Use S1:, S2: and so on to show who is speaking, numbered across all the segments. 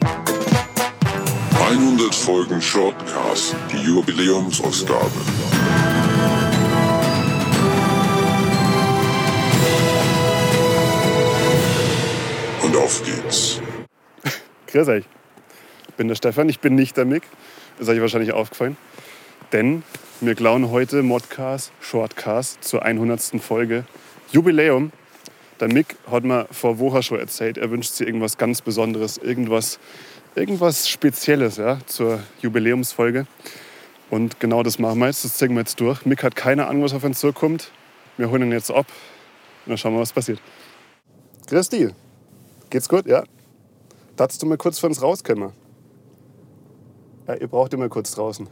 S1: 100 Folgen Shortcast, die Jubiläumsausgabe. Und auf geht's.
S2: Grüß euch. Ich bin der Stefan, ich bin nicht der Mick. Das ist euch wahrscheinlich aufgefallen. Denn wir klauen heute Modcast, Shortcast zur 100. Folge. Jubiläum. Der Mick hat mir vor Wochen schon erzählt, er wünscht sich irgendwas ganz Besonderes, irgendwas, irgendwas Spezielles ja, zur Jubiläumsfolge. Und genau das machen wir jetzt, das ziehen wir jetzt durch. Mick hat keine Ahnung, was auf uns zukommt. Wir holen ihn jetzt ab und dann schauen wir, was passiert. Grüß dich. Geht's gut? Ja? Darfst du mal kurz von uns rauskommen? Ja, ihr braucht immer kurz draußen.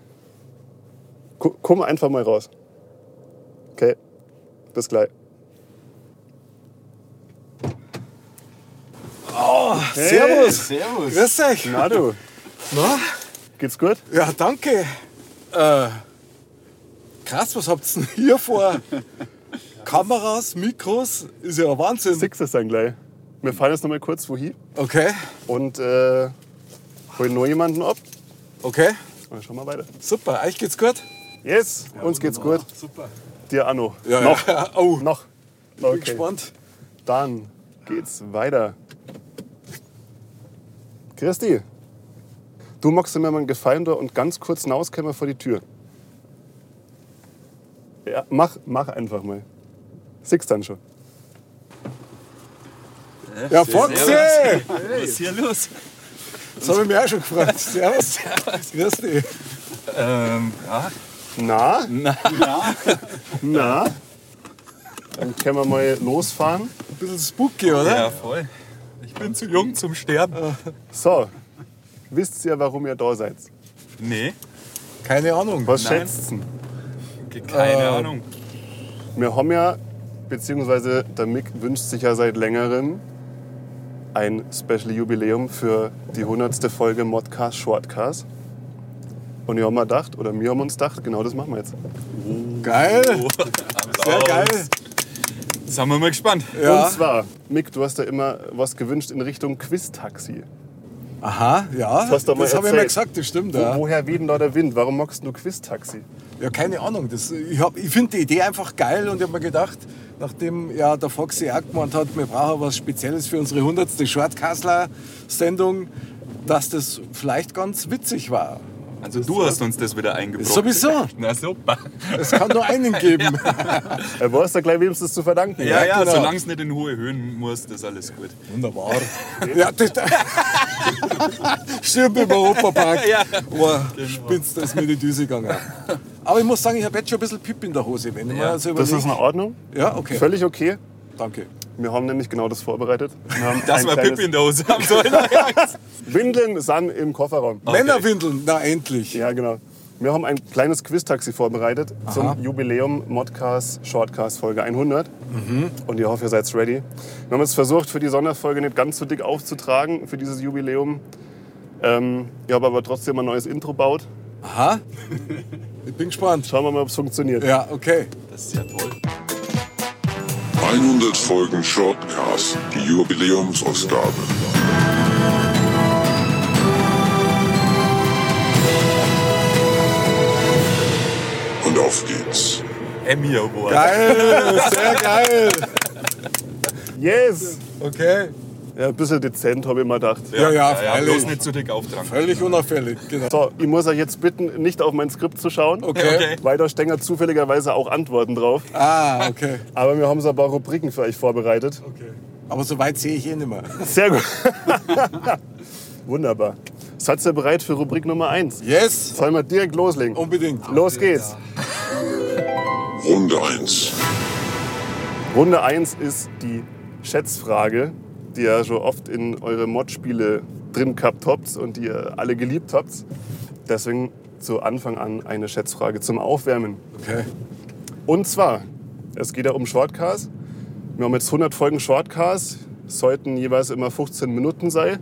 S2: Ko- Komm einfach mal raus. Okay, bis gleich. Hey.
S3: Servus. Servus. Grüß euch.
S2: Na du,
S3: Na?
S2: geht's gut?
S3: Ja, danke. Äh, krass, was habt ihr denn hier vor? Kameras, Mikros, ist ja Wahnsinn.
S2: Six ist dann gleich. Wir fahren jetzt noch mal kurz wohin
S3: Okay,
S2: und äh, holen nur jemanden ab.
S3: okay,
S2: Und dann schauen wir weiter.
S3: super. Euch geht's gut?
S2: Yes, uns geht's gut.
S3: Super.
S2: Dir auch noch.
S3: Ja,
S2: noch.
S3: ja. Oh,
S2: Noch.
S3: bin
S2: Okay.
S3: gespannt.
S2: Dann geht's weiter. Christi, du magst mir mal einen Gefallen tun und ganz kurz hinauskommen vor die Tür. Ja, mach, mach einfach mal. Six dann schon.
S3: Ja, Foxy!
S4: Was ist hier los?
S3: Das habe ich mir auch schon gefragt. Servus. Grüß dich.
S4: Ähm, ja.
S2: Na? Na? Na? Dann können wir mal losfahren.
S3: Ein bisschen spooky, oder? Ah.
S4: ja, voll. Ich bin zu jung zum Sterben.
S2: So, wisst ihr, warum ihr da seid?
S4: Nee,
S3: Keine Ahnung. Äh,
S2: Was
S4: Nein.
S2: schätzt ihr?
S4: keine Ahnung.
S2: Wir haben ja, beziehungsweise der Mick wünscht sich ja seit längerem ein Special Jubiläum für die 100. Folge Modcast Shortcast. Und wir haben mal gedacht, oder wir haben uns gedacht, genau das machen wir jetzt.
S3: Geil. Sehr geil.
S4: Sind wir mal gespannt.
S3: Ja.
S2: Und zwar, Mick, du hast ja immer was gewünscht in Richtung Quiz-Taxi.
S3: Aha, ja.
S2: hast du mal
S3: das habe ich mir
S2: erzählt.
S3: gesagt, das stimmt.
S2: Wo,
S3: Ja.
S2: Woher weht denn da der Wind? Warum magst du Quiz-Taxi?
S3: Ja, keine Ahnung. Das, ich hab- ich finde die Idee einfach geil und ich habe mir gedacht, nachdem ja der Foxy auch gemeint hat, wir brauchen was Spezielles für unsere 100. Shortcastler-Sendung, dass das vielleicht ganz witzig war.
S4: Also du hast uns das wieder eingebracht.
S3: Sowieso.
S4: Na super.
S3: Es kann nur einen geben.
S2: Er weiß ja gleich, wem es das zu verdanken
S4: Ja, ja,
S3: genau.
S4: solange es nicht in hohe Höhen muss, das alles gut.
S3: Wunderbar. Ja, das, stimmt im Europapark.
S4: Ja.
S3: Oh, spitzt das mir die Düse gegangen. Aber ich muss sagen, ich habe jetzt schon ein bisschen Pip in der Hose. Wenn ich mir
S4: Ja.
S3: also
S2: Das
S3: überleg-
S2: ist in Ordnung.
S3: Ja, okay.
S2: Völlig okay.
S3: Danke.
S2: Wir haben nämlich genau das vorbereitet. Wir haben
S4: Dass
S2: ein
S4: wir
S2: kleines-
S4: Pippi in der Hose haben sollen.
S2: Windeln sind im Kofferraum.
S3: Ah. Männerwindeln, na endlich.
S2: Ja, genau. Wir haben ein kleines Quiz-Taxi vorbereitet zum Jubiläum Modcast Shortcast Folge 100.
S3: Mhm.
S2: Und ich hoffe, ihr seid ready. Wir haben jetzt versucht, für die Sonderfolge nicht ganz so dick aufzutragen, für dieses Jubiläum. Ähm, ich habe aber trotzdem ein neues Intro baut.
S3: Aha. Ich bin gespannt.
S2: Schauen wir mal, ob es funktioniert.
S3: Ja, okay.
S4: Das ist ja toll.
S1: 100 Folgen Shortcast, die Jubiläumsausgabe. Und auf geht's.
S4: Emmy Award.
S3: Geil, sehr geil.
S2: Yes!
S3: Okay.
S2: Ja, ein bisschen dezent, habe ich mal gedacht.
S3: Ja, ja, freilich.
S4: bloß nicht zu dick auftragen.
S3: Völlig unauffällig, genau.
S2: So, ich muss euch jetzt bitten, nicht auf mein Skript zu schauen,
S3: Okay.
S4: Okay.
S2: weil da stehen ja zufälligerweise auch Antworten drauf.
S3: Ah, okay.
S2: Aber wir haben so ein paar Rubriken für euch vorbereitet.
S3: Aber so weit sehe ich eh nicht mehr.
S2: Sehr gut. Wunderbar. Seid ihr bereit für Rubrik Nummer 1?
S3: Yes,
S2: Sollen wir direkt loslegen?
S3: unbedingt.
S2: Los geht's.
S1: Runde 1.
S2: Runde 1 ist die Schätzfrage. die ihr schon oft in eure Mod-Spiele drin gehabt habt und die ihr alle geliebt habt. Deswegen zu Anfang an eine Schätzfrage zum Aufwärmen.
S3: Okay.
S2: Und zwar, es geht ja um Shortcars. Wir haben jetzt 100 Folgen Shortcars, sollten jeweils immer 15 Minuten sein.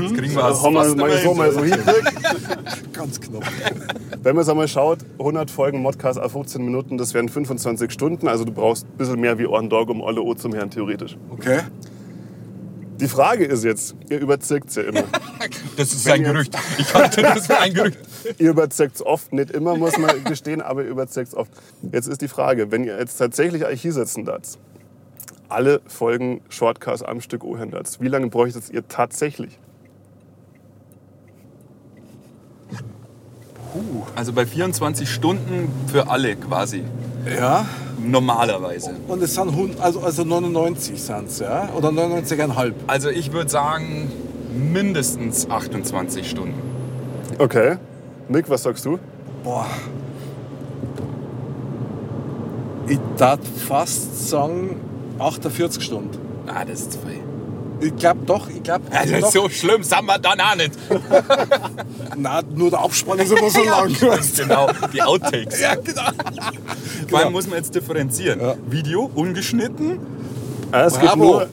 S4: Das kriegen wir also
S2: haben wir
S4: fast nicht
S2: mal
S4: mehr
S2: so, mal
S4: hin.
S2: so hingekriegt.
S3: Ganz knapp.
S2: Wenn man es einmal schaut, 100 Folgen Modcast auf 15 Minuten, das wären 25 Stunden. Also du brauchst ein bisschen mehr wie Ohren Dog um alle O zum Herrn, theoretisch.
S3: Okay.
S2: Die Frage ist jetzt, ihr überzirkt ja immer.
S4: Das ist ein Gerücht. Ich halte das für ein Gerücht.
S2: ihr überzirkt oft, nicht immer, muss man gestehen, aber ihr überzirkt oft. Jetzt ist die Frage, wenn ihr jetzt tatsächlich euch hier sitzen darf, alle Folgen Shortcast am Stück ohren darf, wie lange bräuchtet ihr tatsächlich?
S4: Also bei 24 Stunden für alle quasi.
S3: Ja.
S4: Normalerweise.
S3: Und es sind 100, also, also 99 sind es, ja? Oder 99,5.
S4: Also ich würde sagen, mindestens 28 Stunden.
S2: Okay. Nick, was sagst du?
S3: Boah. Ich darf fast sagen 48 Stunden.
S4: Ah, das ist zu viel.
S3: Ich glaube doch, ich glaube.
S4: Also
S3: doch,
S4: so schlimm sind wir dann auch nicht.
S3: na, nur der Abspann ist immer so lang. weißt du.
S4: Genau, die Outtakes.
S3: ja, genau.
S4: Vor allem muss man jetzt differenzieren. Video, ungeschnitten.
S2: Ah, Es geht,
S3: Bravo.
S2: nur,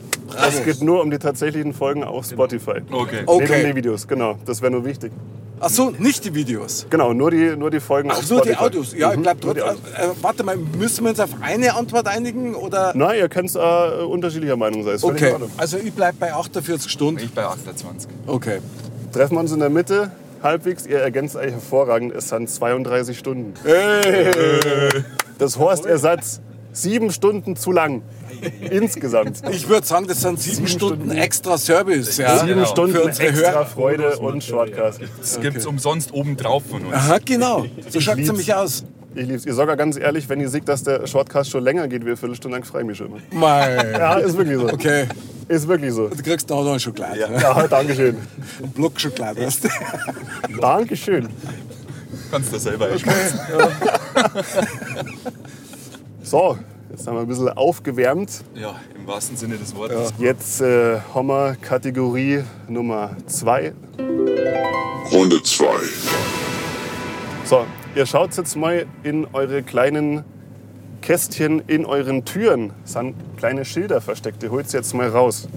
S2: es geht nur um die tatsächlichen Folgen auf Spotify.
S4: Okay.
S3: Oh.
S2: Nicht um
S3: Okay.
S2: die Videos, genau. Das wäre nur wichtig.
S3: Achso, nicht die Videos.
S2: Genau, nur die, nur die Folgen
S3: Ach,
S2: auf
S3: nur die
S2: Spotify.
S3: Autos. Ja, ich
S2: Mhm,
S3: bleib
S2: nur die
S3: trotzdem.
S2: Autos.
S3: Äh, warte mal, müssen wir uns auf eine Antwort einigen? Oder?
S2: Nein, ihr könnt äh, unterschiedlicher Meinung sein. Ist völlig in
S3: Okay,
S2: Ordnung.
S3: also ich bleib bei 48 Stunden.
S4: Ich bei 28.
S3: Okay.
S2: Treffen wir uns in der Mitte, halbwegs. Ihr ergänzt euch hervorragend. Es sind 32 Stunden. Das Horstersatz, sieben Stunden zu lang. Insgesamt.
S3: Ich würde sagen, das sind sieben, Stunden, extra Service. Ja?
S2: Sieben Stunden
S3: genau. Für unsere
S2: extra
S3: Hörer.
S2: Freude und Shortcast.
S4: Das gibt's umsonst obendrauf von uns.
S3: Aha, genau. So schaut es
S2: lieb's.
S3: nämlich aus.
S2: Ich lieb's. Ihr sogar ganz ehrlich, wenn ihr seht, dass der Shortcast schon länger geht wie eine Viertelstunde, dann freu ich mich schon immer.
S3: Mei.
S2: Ja, ist wirklich so.
S3: Okay,
S2: Ist wirklich so.
S3: du kriegst noch einen Schokolade. Ja.
S2: Ja, Dankeschön.
S3: Einen Block Schokolade. Weißt du?
S2: Dankeschön.
S4: Kannst du selber erschließen.
S2: So, jetzt haben wir ein bisschen aufgewärmt.
S4: Ja, im wahrsten Sinne des Wortes.
S2: Jetzt äh, haben wir Kategorie Nummer 2.
S1: Runde 2.
S2: So, ihr schaut jetzt mal in eure kleinen Kästchen, in euren Türen. Sind kleine Schilder versteckt. Ihr holt jetzt mal raus.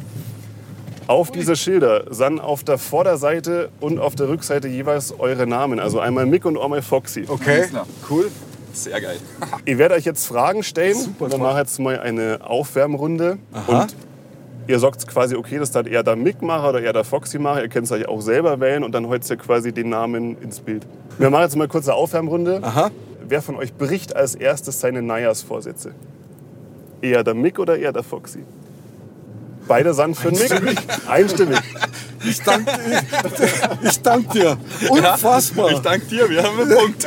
S2: Auf diese Schilder sind auf der Vorderseite und auf der Rückseite jeweils eure Namen. Also einmal Mick und einmal Foxy.
S3: Okay,
S4: klar.
S3: cool.
S4: Sehr geil.
S2: Ich werde euch jetzt Fragen stellen. und dann mache ich jetzt mal eine Aufwärmrunde. Und ihr sagt quasi, okay, das hat eher der Mick mache oder eher der Foxy mache. Ihr könnt es euch auch selber wählen und dann holt ihr quasi den Namen ins Bild. Wir machen jetzt mal kurz eine Aufwärmrunde.
S3: Aha.
S2: Wer von euch bricht als erstes seine Neujahrsvorsätze? Eher der Mick oder eher der Foxy? Beide sind für den Mick. Einstimmig.
S3: Ich danke ich, ich dank dir. Unfassbar.
S4: Ich danke dir, wir haben einen Punkt.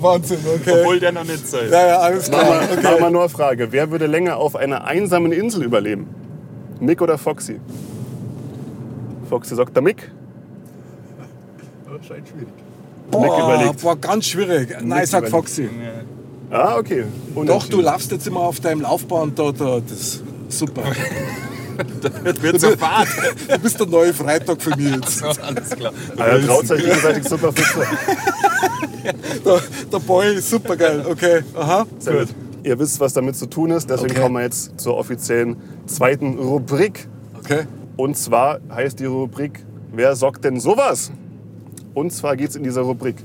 S3: Wahnsinn, okay.
S4: Obwohl der noch nicht sei.
S3: Ja, ja, alles klar.
S2: Machen wir nur eine Frage. Wer würde länger auf einer einsamen Insel überleben? Mick oder Foxy? Foxy sagt der Mick. Mick
S3: Boah,
S2: überlegt.
S3: Ah, war ganz schwierig. Nein,
S2: Nick
S3: ich sag
S2: überlegt.
S3: Foxy.
S2: Ah, okay. Und
S3: Doch, du laufst jetzt immer auf deinem Laufband da, da das ist super.
S4: Jetzt wird's so fad.
S3: Du bist der neue Freitag für mich jetzt.
S4: Alles klar.
S2: Alter, Ah, traut euch gegenseitig super fit zu.
S3: Der, der Boy ist super geil, okay. Aha.
S2: Sehr gut. Ihr wisst, was damit zu tun ist, deswegen
S3: Okay.
S2: kommen wir jetzt zur offiziellen zweiten Rubrik.
S3: Okay.
S2: Und zwar heißt die Rubrik Wer sorgt denn sowas? Und zwar geht es in dieser Rubrik.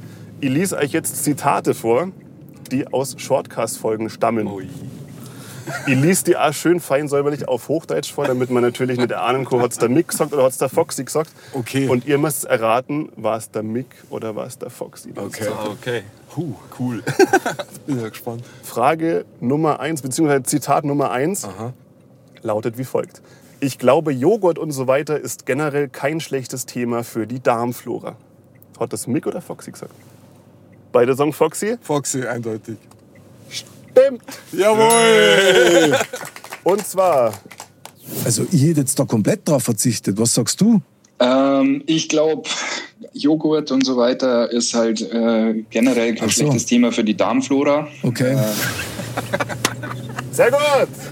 S2: Ich lese euch jetzt Zitate vor, die aus Shortcast-Folgen stammen.
S3: Oh
S4: Ui.
S2: Ich lese die auch schön fein säuberlich auf Hochdeutsch vor, damit man natürlich nicht erahnen kann, hat der Mick gesagt oder hat der Foxy gesagt.
S3: Okay.
S2: Und ihr müsst erraten, war es der Mick oder war es der Foxy. Das
S3: Okay.
S4: Ah, okay. Huh, cool.
S3: Bin ja gespannt.
S2: Frage Nummer eins beziehungsweise Zitat Nummer eins lautet wie folgt. Ich glaube, Joghurt und so weiter ist generell kein schlechtes Thema für die Darmflora. Hat das Mick oder Foxy gesagt? Beide sagen Foxy.
S3: Foxy, eindeutig.
S2: Stimmt.
S3: Jawohl!
S2: Und zwar,
S3: Also, ich hätte jetzt da komplett drauf verzichtet. Was sagst du?
S5: Ähm, ich glaube, Joghurt und so weiter ist halt äh, generell kein
S3: Ach so.
S5: schlechtes Thema für die Darmflora.
S3: Okay.
S2: Sehr gut!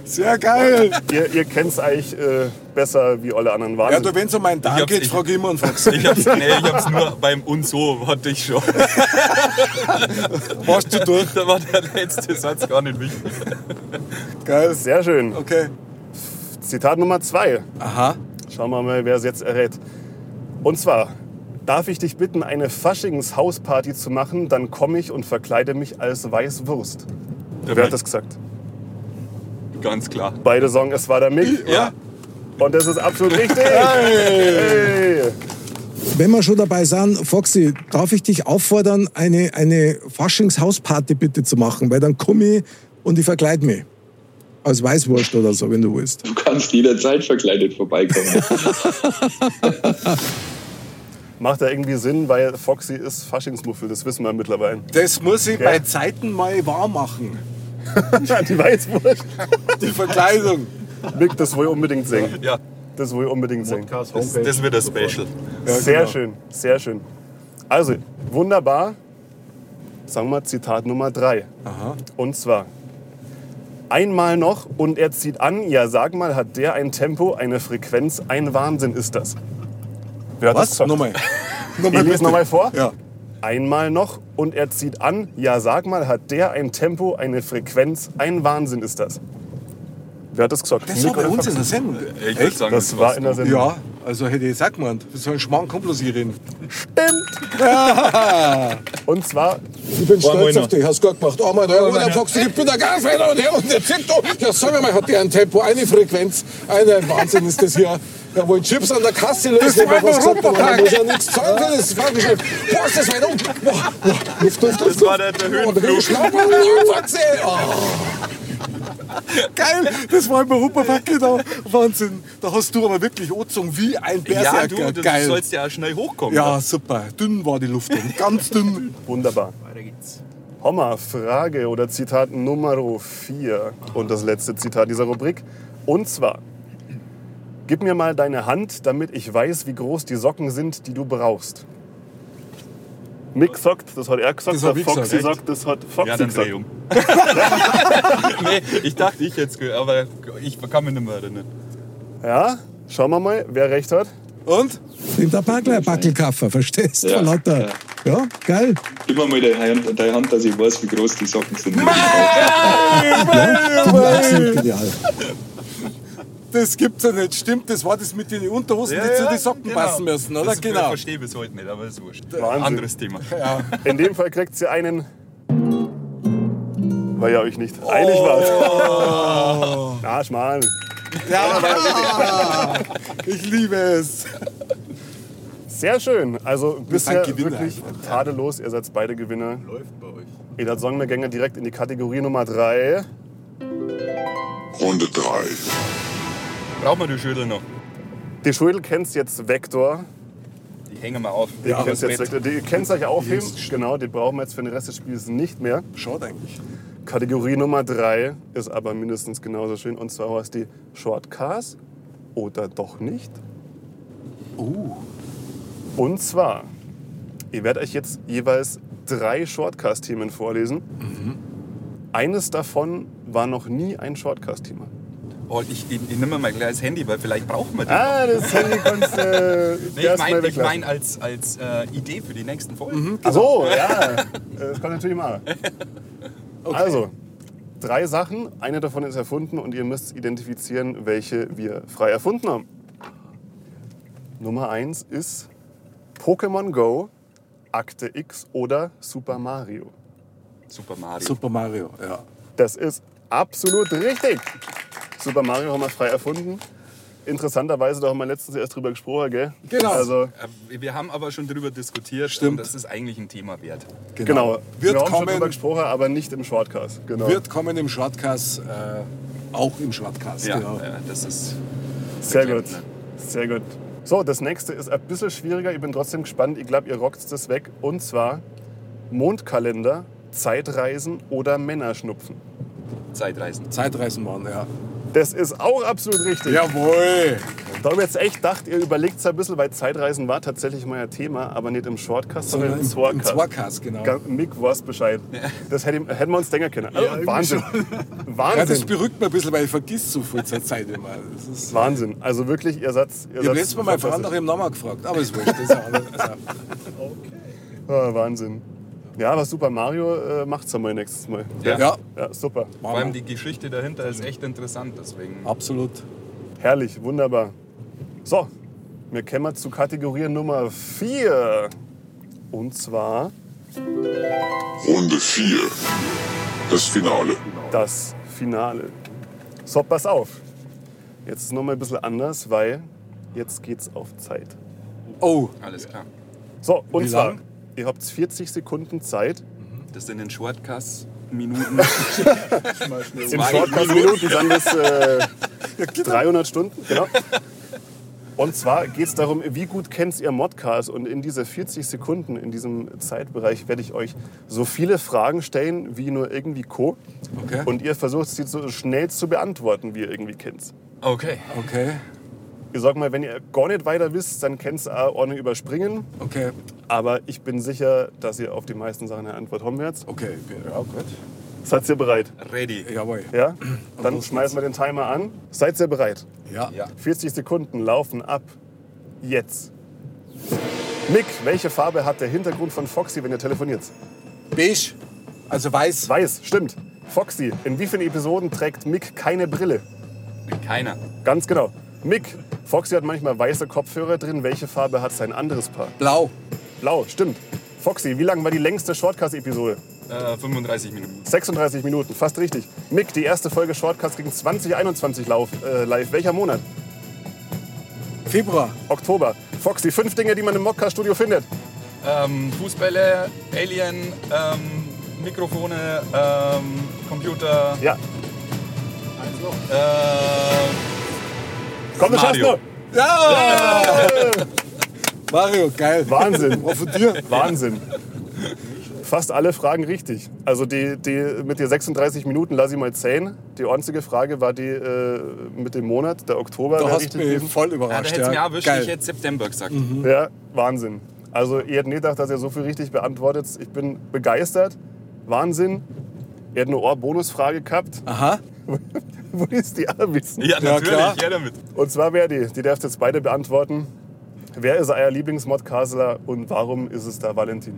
S3: Sehr geil.
S2: Ihr, ihr kennt es eigentlich äh, besser wie alle anderen Waren.
S3: Ja, du, wenn es um meinen Darm
S4: hab's
S3: geht,
S4: nicht.
S3: frage ich immer einen Fox.
S4: Ich hab's, nee, ich hab's nur beim und so hatte ich schon.
S3: Warst du durch?
S4: Da war der letzte Satz gar nicht wichtig.
S3: Geil.
S2: Sehr schön.
S3: Okay.
S2: Zitat Nummer zwei.
S3: Aha.
S2: Schauen wir mal, wer es jetzt errät. Und zwar, darf ich dich bitten, eine Faschings-Hausparty zu machen, dann komme ich und verkleide mich als Weißwurst. Wer hat das gesagt?
S4: Ganz klar.
S2: Beide Song, es war der Mick.
S4: Ja,
S2: Und das ist absolut richtig. Hey.
S6: Wenn wir schon dabei sind, Foxy, darf ich dich auffordern, eine, eine Faschingshausparty bitte zu machen, weil dann komme ich und ich verkleide mich. Als Weißwurst oder so, wenn du willst.
S5: Du kannst jederzeit verkleidet vorbeikommen.
S2: Macht da irgendwie Sinn, weil Foxy ist Faschingsmuffel, das wissen wir mittlerweile.
S3: Das muss ich
S2: Okay.
S3: bei Zeiten mal wahr machen.
S2: Die Weißwurst.
S3: Die Verkleidung.
S2: Mick, das will ich unbedingt singen.
S4: ja.
S2: Das will ich unbedingt singen.
S4: Das, das wird das Special.
S2: Sehr
S3: genau.
S2: schön, sehr schön. Also, wunderbar. Sagen wir Zitat Nummer 3. Und zwar: Einmal noch und er zieht an. Ja, sag mal, hat der ein Tempo, eine Frequenz, ein Wahnsinn ist das. Wer hat das
S3: Was?
S2: gesagt?
S3: Nochmal.
S2: Ich lese
S3: bitte.
S2: nochmal vor.
S3: Ja.
S2: Einmal noch und er zieht an. Ja, sag mal, hat der ein Tempo, eine Frequenz, ein Wahnsinn ist das. Wer hat das gesagt?
S3: Das war bei
S2: Nico
S3: uns
S2: Fax?
S3: in der Sendung.
S4: Ich würd sagen,
S2: Das war in der Sendung.
S3: Ja, also hätte ich jetzt auch gemeint. So ein Schmarrn kommt bloß hier reden.
S2: Stimmt. Und zwar
S6: Ich bin stolz
S4: Moin,
S6: auf dich, hast gut gemacht. Oh, mein Herr,
S4: Moin,
S6: der
S4: ja.
S6: Foxy, ich bin der Gasfeder und der und der Zitto. Ja, sag mal, hat der ein Tempo, eine Frequenz, eine Wahnsinn ist das hier. Ja, wollen Chips an der Kasse lösen,
S3: war
S6: aber was
S3: einfach
S6: gesagt, man
S3: Rumpeltag.
S6: muss ja nichts zahlen für das Fahrgeschäft. Boah, ist das weit unten. Boah, boah, Luft, Luft, Luft.
S4: war der- der
S6: Boah, da bin ich
S4: Höhenflug.
S6: schlapp. Oh, Foxy. Oh.
S3: Geil, das war immer Huperpack, genau. Wahnsinn. Da hast du aber wirklich Ozung wie ein Berserker.
S4: Ja, du, du
S3: Geil.
S4: sollst ja auch schnell hochkommen.
S3: ja, super. Dünn war die Luft. drin. Ganz dünn.
S2: Wunderbar. Hommer, Frage oder Zitat Nummer 4 und das letzte Zitat dieser Rubrik. Und zwar, gib mir mal deine Hand, damit ich weiß, wie groß die Socken sind, die du brauchst. Mick sagt, das hat er gesagt,
S3: Das hab
S2: der
S3: ich
S2: Foxy
S3: gesagt, echt?
S2: sagt, das hat Foxy
S4: Ja, dann dreh
S2: gesagt.
S4: um. nee, ich dachte, ich jetzt, aber ich kann mich nicht mehr erinnern.
S2: Ja, schauen wir mal, wer recht hat.
S3: Und?
S6: Nimm da Backler, Backelkaffer, verstehst?
S5: Ja,
S6: Von lauter. Ja, geil.
S5: Gib mir mal deine Hand, deine Hand, dass ich weiß, wie groß die Socken sind.
S6: Die sind genial.
S3: Das gibt's ja nicht. Stimmt, das war das mit den Unterhosen, die zu den Socken
S2: genau.
S3: passen müssen, oder?
S4: Das
S3: genau.
S4: verstehe ich bis heute nicht, aber ist wurscht.
S2: Wahnsinn.
S4: Anderes Thema.
S2: In dem Fall kriegt ihr einen. Weil ihr euch nicht einig wart.
S3: Oh.
S2: Na, Schmarrn.
S3: Ich liebe es.
S2: Sehr schön. Also bisher
S3: Gewinner
S2: wirklich tadellos. Ihr seid beide Gewinner. Läuft bei euch. Ihr seid Songmergänger direkt in die Kategorie Nummer 3.
S1: Runde 3.
S4: Brauchen wir die Schüttel noch?
S2: Die Schulden kennst jetzt Vektor.
S4: Die hängen wir auf.
S2: Die kennst jetzt Vektor. Die kennst euch aufheben. Genau, die brauchen wir jetzt für den Rest des Spiels nicht mehr.
S3: Schaut eigentlich.
S2: Kategorie Nummer 3 ist aber mindestens genauso schön. Und zwar war es die Shortcars oder doch nicht. Uh. Und zwar, ihr werdet euch jetzt jeweils drei Shortcast-Themen vorlesen. Mhm. Eines davon war noch nie ein Shortcast-Thema.
S4: Oh, ich, ich, ich nehme mal gleich das Handy, weil vielleicht brauchen wir die.
S2: Ah, das Handy konntest du
S4: nee, ich
S2: erst
S4: meine
S2: mal
S4: ich
S2: weglassen. Mhm.
S4: mein als, als äh, Idee für die nächsten Folgen.
S2: Ach so, ja. Genau. Das kann natürlich mal. Also, drei Sachen. Eine davon ist erfunden und ihr müsst identifizieren, welche wir frei erfunden haben. Nummer eins ist Pokémon Go, Akte X oder Super Mario.
S4: Super Mario.
S3: Super Mario, ja.
S2: Das ist absolut richtig. Super Mario haben wir frei erfunden. Interessanterweise, da haben wir letztens erst drüber gesprochen, gell?
S3: Genau.
S2: Also,
S4: Äh, Wir haben aber schon darüber diskutiert
S3: Stimmt.
S4: und das ist eigentlich ein Thema wert.
S2: genau.
S3: Wird
S2: wir haben schon
S3: kommen.
S2: drüber gesprochen, aber nicht im Shortcast. Genau.
S3: Wird kommen im Shortcast, äh, auch im Shortcast,
S4: Ja,
S3: genau.
S4: äh, das ist
S2: Sehr
S4: Sehr
S2: gut.
S4: gut,
S2: Sehr gut. So, das nächste ist ein bisschen schwieriger. Ich bin trotzdem gespannt. Ich glaube, ihr rockt das weg. Und zwar Mondkalender, Zeitreisen oder Männerschnupfen.
S4: Zeitreisen.
S3: Zeitreisen waren, ja.
S2: Das ist auch absolut richtig.
S3: Jawohl.
S2: Da hab ich jetzt echt gedacht, ihr überlegt es ein bisschen, weil Zeitreisen war tatsächlich mal ein Thema, aber nicht im Shortcast, sondern im
S3: im
S2: Zwarcast.
S3: Zwarcast, genau.
S2: Ga- Mick weiß Bescheid. Das hätte, hätten wir uns denken können. Also,
S3: irgendwie
S2: Wahnsinn.
S3: Ja, das
S2: Wahnsinn.
S3: berührt mich ein bisschen, weil ich vergiss so viel zur Zeit immer. Das ist, ich
S2: Wahnsinn. Also wirklich, ihr Satz. Ihr
S3: habe
S2: Satz
S3: letztes Mal meine Frau nach
S2: fantastisch.
S3: ihrem Namen gefragt, aber es wurscht. Das ist ja alles, also,
S2: Ah, Wahnsinn. Ja, aber Super Mario äh, macht's einmal nächstes Mal.
S4: Ja.
S3: ja,
S2: Ja, super.
S4: Vor allem die Geschichte dahinter ist echt interessant, deswegen.
S3: absolut.
S2: Herrlich, wunderbar. So, wir kämen zu Kategorie Nummer 4. Und zwar
S1: Runde 4. Das Finale.
S2: das Finale. So, pass auf. Jetzt ist es nochmal ein bisschen anders, weil jetzt geht's auf Zeit.
S3: Oh,
S4: Alles klar.
S2: So, und
S3: Wie
S2: zwar,
S3: lang?
S2: ihr habt 40 Sekunden Zeit.
S4: Das sind in Shortcasts Minuten.
S2: Im Shortcast Minuten sind es äh, 300 Stunden. Genau. Und zwar geht es darum, wie gut kennt ihr Modcast? Und in diese 40 Sekunden, in diesem Zeitbereich, werde ich euch so viele Fragen stellen, wie nur irgendwie Co.
S3: Okay.
S2: Und ihr versucht, sie so schnell zu beantworten, wie ihr irgendwie kennt.
S4: Okay.
S3: okay,
S2: Ich sag mal, wenn ihr gar nicht weiter wisst, dann kennt ihr auch ordentlich überspringen.
S3: okay,
S2: Aber ich bin sicher, dass ihr auf die meisten Sachen eine Antwort haben werdet.
S3: okay. Ja, gut.
S2: Seid ihr bereit?
S4: Ready.
S3: Jawohl.
S2: Ja? Dann schmeißen wir den Timer an. Seid ihr bereit?
S3: Ja.
S4: Ja.
S2: 40 Sekunden laufen ab. Jetzt. Mick, welche Farbe hat der Hintergrund von Foxy, wenn ihr telefoniert?
S3: Beige, also weiß.
S2: Weiß, stimmt. Foxy, in wie vielen Episoden trägt Mick keine Brille?
S4: Keiner.
S2: Ganz genau. Mick, Foxy hat manchmal weiße Kopfhörer drin. Welche Farbe hat sein anderes Paar?
S3: Blau.
S2: Blau, stimmt. Foxy, wie lang war die längste Shortcast-Episode?
S4: Äh, 35 Minuten.
S2: 36 Minuten, fast richtig. Mick, die erste Folge Shortcast ging 2021 lauf, äh, live. Welcher Monat?
S3: Februar.
S2: Oktober. Foxy, fünf Dinge, die man im Modcast-Studio findet.
S4: Ähm, Fußbälle, Alien, ähm, Mikrofone, ähm, Computer.
S2: Ja,
S4: Äh,
S2: komm, du schaffst
S4: Mario.
S2: noch.
S3: Ja! Mario, geil.
S2: Wahnsinn.
S3: War von dir.
S2: Wahnsinn. Fast alle Fragen richtig. Also die, die mit der 36 Minuten lasse ich mal 10. Die einzige Frage war die äh, mit dem Monat, der Oktober.
S3: Du
S2: wäre
S3: hast
S2: richtig
S3: mich
S2: gewesen.
S3: voll
S4: ja, da
S3: überrascht.
S4: hätt's mir
S3: ja.
S4: auch erwischt,
S3: Geil.
S4: ich hätte September gesagt.
S2: Ja, Wahnsinn. Also ihr hättet nicht gedacht, dass ihr so viel richtig beantwortet. Ich bin begeistert. Wahnsinn. Ihr hättet eine Ohr-Bonusfrage gehabt.
S3: Aha.
S2: Wo ist die alle wissen?
S4: Ja, natürlich,
S3: klar.
S4: ja, damit.
S2: Und zwar wäre die, die dürft jetzt beide beantworten. Wer ist euer Lieblingsmodcastler und warum ist es der Valentin?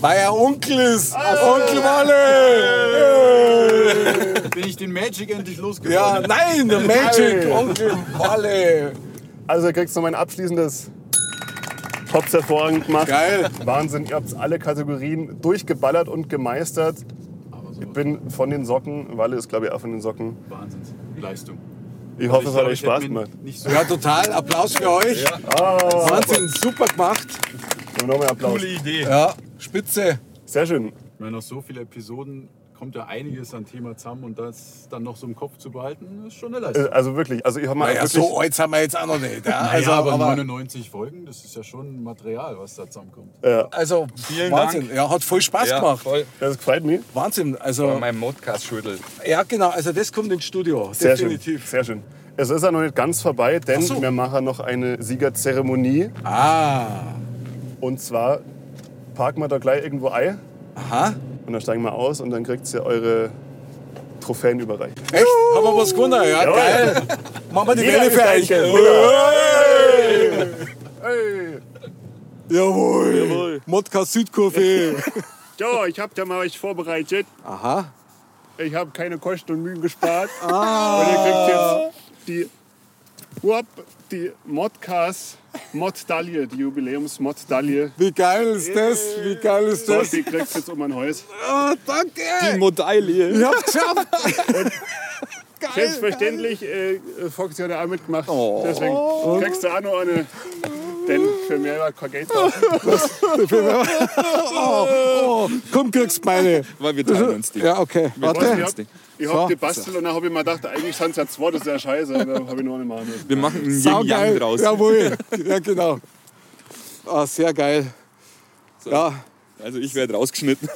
S3: Weil er Onkel ist. Onkel Walle.
S7: Bin ich den Magic endlich losgeworden?
S3: Ja, nein, der Magic.
S2: Geil.
S3: Onkel Walle.
S2: Also kriegst du mein abschließendes Tops hervorragend gemacht.
S3: Geil.
S2: Wahnsinn, ihr habt alle Kategorien durchgeballert und gemeistert. Ich bin von den Socken, Walle ist glaube ich auch von den Socken.
S7: Wahnsinns. Leistung.
S2: Ich hoffe, es hat
S7: glaub,
S2: euch
S7: ich hätte
S2: Spaß
S7: mir
S2: gemacht.
S7: Nicht so
S3: Ja, total. Applaus für euch.
S2: Ah.
S3: Wahnsinn, super gemacht.
S2: Nochmal Applaus.
S4: Coole Idee.
S3: Ja, spitze.
S2: Sehr schön.
S7: Ich meine, nach so vielen Episoden kommt da einiges an Thema zusammen und das dann noch so im Kopf zu behalten, ist schon eine
S2: Äh,
S7: Leistung.
S2: Also wirklich, also ich habe mal
S3: Naja,
S2: wirklich,
S3: Ah, so alt sind wir jetzt auch noch nicht. Ja,
S7: Also,
S3: also,
S7: aber,
S3: aber,
S7: 99 Folgen, das ist ja schon Material, was da zusammenkommt.
S3: also
S4: Vielen
S3: Wahnsinn.
S4: Dank.
S3: Ja, hat voll Spaß
S4: Ja,
S3: gemacht.
S4: voll.
S2: das gefällt mich.
S3: Wahnsinn. Also,
S4: Mein Modcast-Schüttel.
S3: ja, genau. Also, das kommt ins Studio.
S2: Sehr
S3: definitiv.
S2: schön. Sehr schön. Es ist ja noch nicht ganz vorbei, denn
S3: so.
S2: wir machen noch eine Siegerzeremonie.
S3: Ah,
S2: Und zwar parken wir da gleich irgendwo ein
S3: aha.
S2: und dann steigen wir aus und dann kriegt ihr eure Trophäen überreicht.
S3: Echt? Haben wir was gewonnen? Ja, geil. Machen wir die Welle für euch. Jawohl. Jawohl. Modcast Südkurve.
S2: So, ich hab da mal was vorbereitet.
S3: Aha.
S2: Ich habe keine Kosten und Mühen gespart.
S3: Ah.
S2: Und ihr kriegt jetzt die, Huap, die Modcast Moddalie, die Jubiläums Moddalie.
S3: Wie geil ist das? Wie geil ist
S2: So,
S3: das?
S2: die kriegt jetzt um ein Häus.
S3: Ah, danke. Die
S4: Modeilie.
S3: ich hab's geschafft.
S2: Selbstverständlich, äh, Foxy hat ja auch mitgemacht.
S3: Oh.
S2: Deswegen kriegst du auch noch eine. Denn für mehr war kein Geld drauf.
S3: Oh, komm, kriegst meine.
S4: Weil wir teilen uns die.
S3: Ja, okay.
S2: Ich
S3: Warte.
S2: hab, ich
S3: So.
S2: hab gebastelt und dann habe ich mir gedacht, eigentlich sind es ja zwei, das ist ja scheiße. Da habe ich noch eine machen müssen.
S4: Wir machen einen
S3: Saugeil.
S4: Yin-Yang draus.
S3: Jawohl. Ja, genau. Ah, sehr geil. Ja.
S4: Also ich werde rausgeschnitten.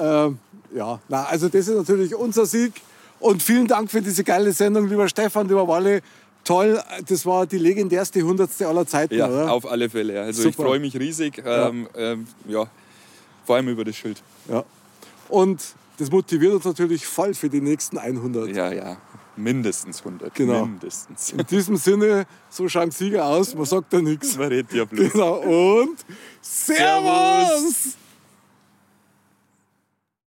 S3: Ähm, ja, na, also das ist natürlich unser Sieg. Und vielen Dank für diese geile Sendung, lieber Stefan, lieber Walle. Toll, das war die legendärste hundertste aller Zeiten,
S4: Ja,
S3: oder?
S4: auf alle Fälle. Also ich
S3: Super.
S4: freue mich riesig. Ähm, ähm, ja. Vor allem über das Schild.
S3: Ja. Und das motiviert uns natürlich voll für die nächsten 100.
S4: Ja, ja. Mindestens 100.
S3: Genau.
S4: Mindestens.
S3: In diesem Sinne, so schauen Sieger aus, man sagt da nichts.
S4: Man redet ja bloß.
S3: Genau, und Servus!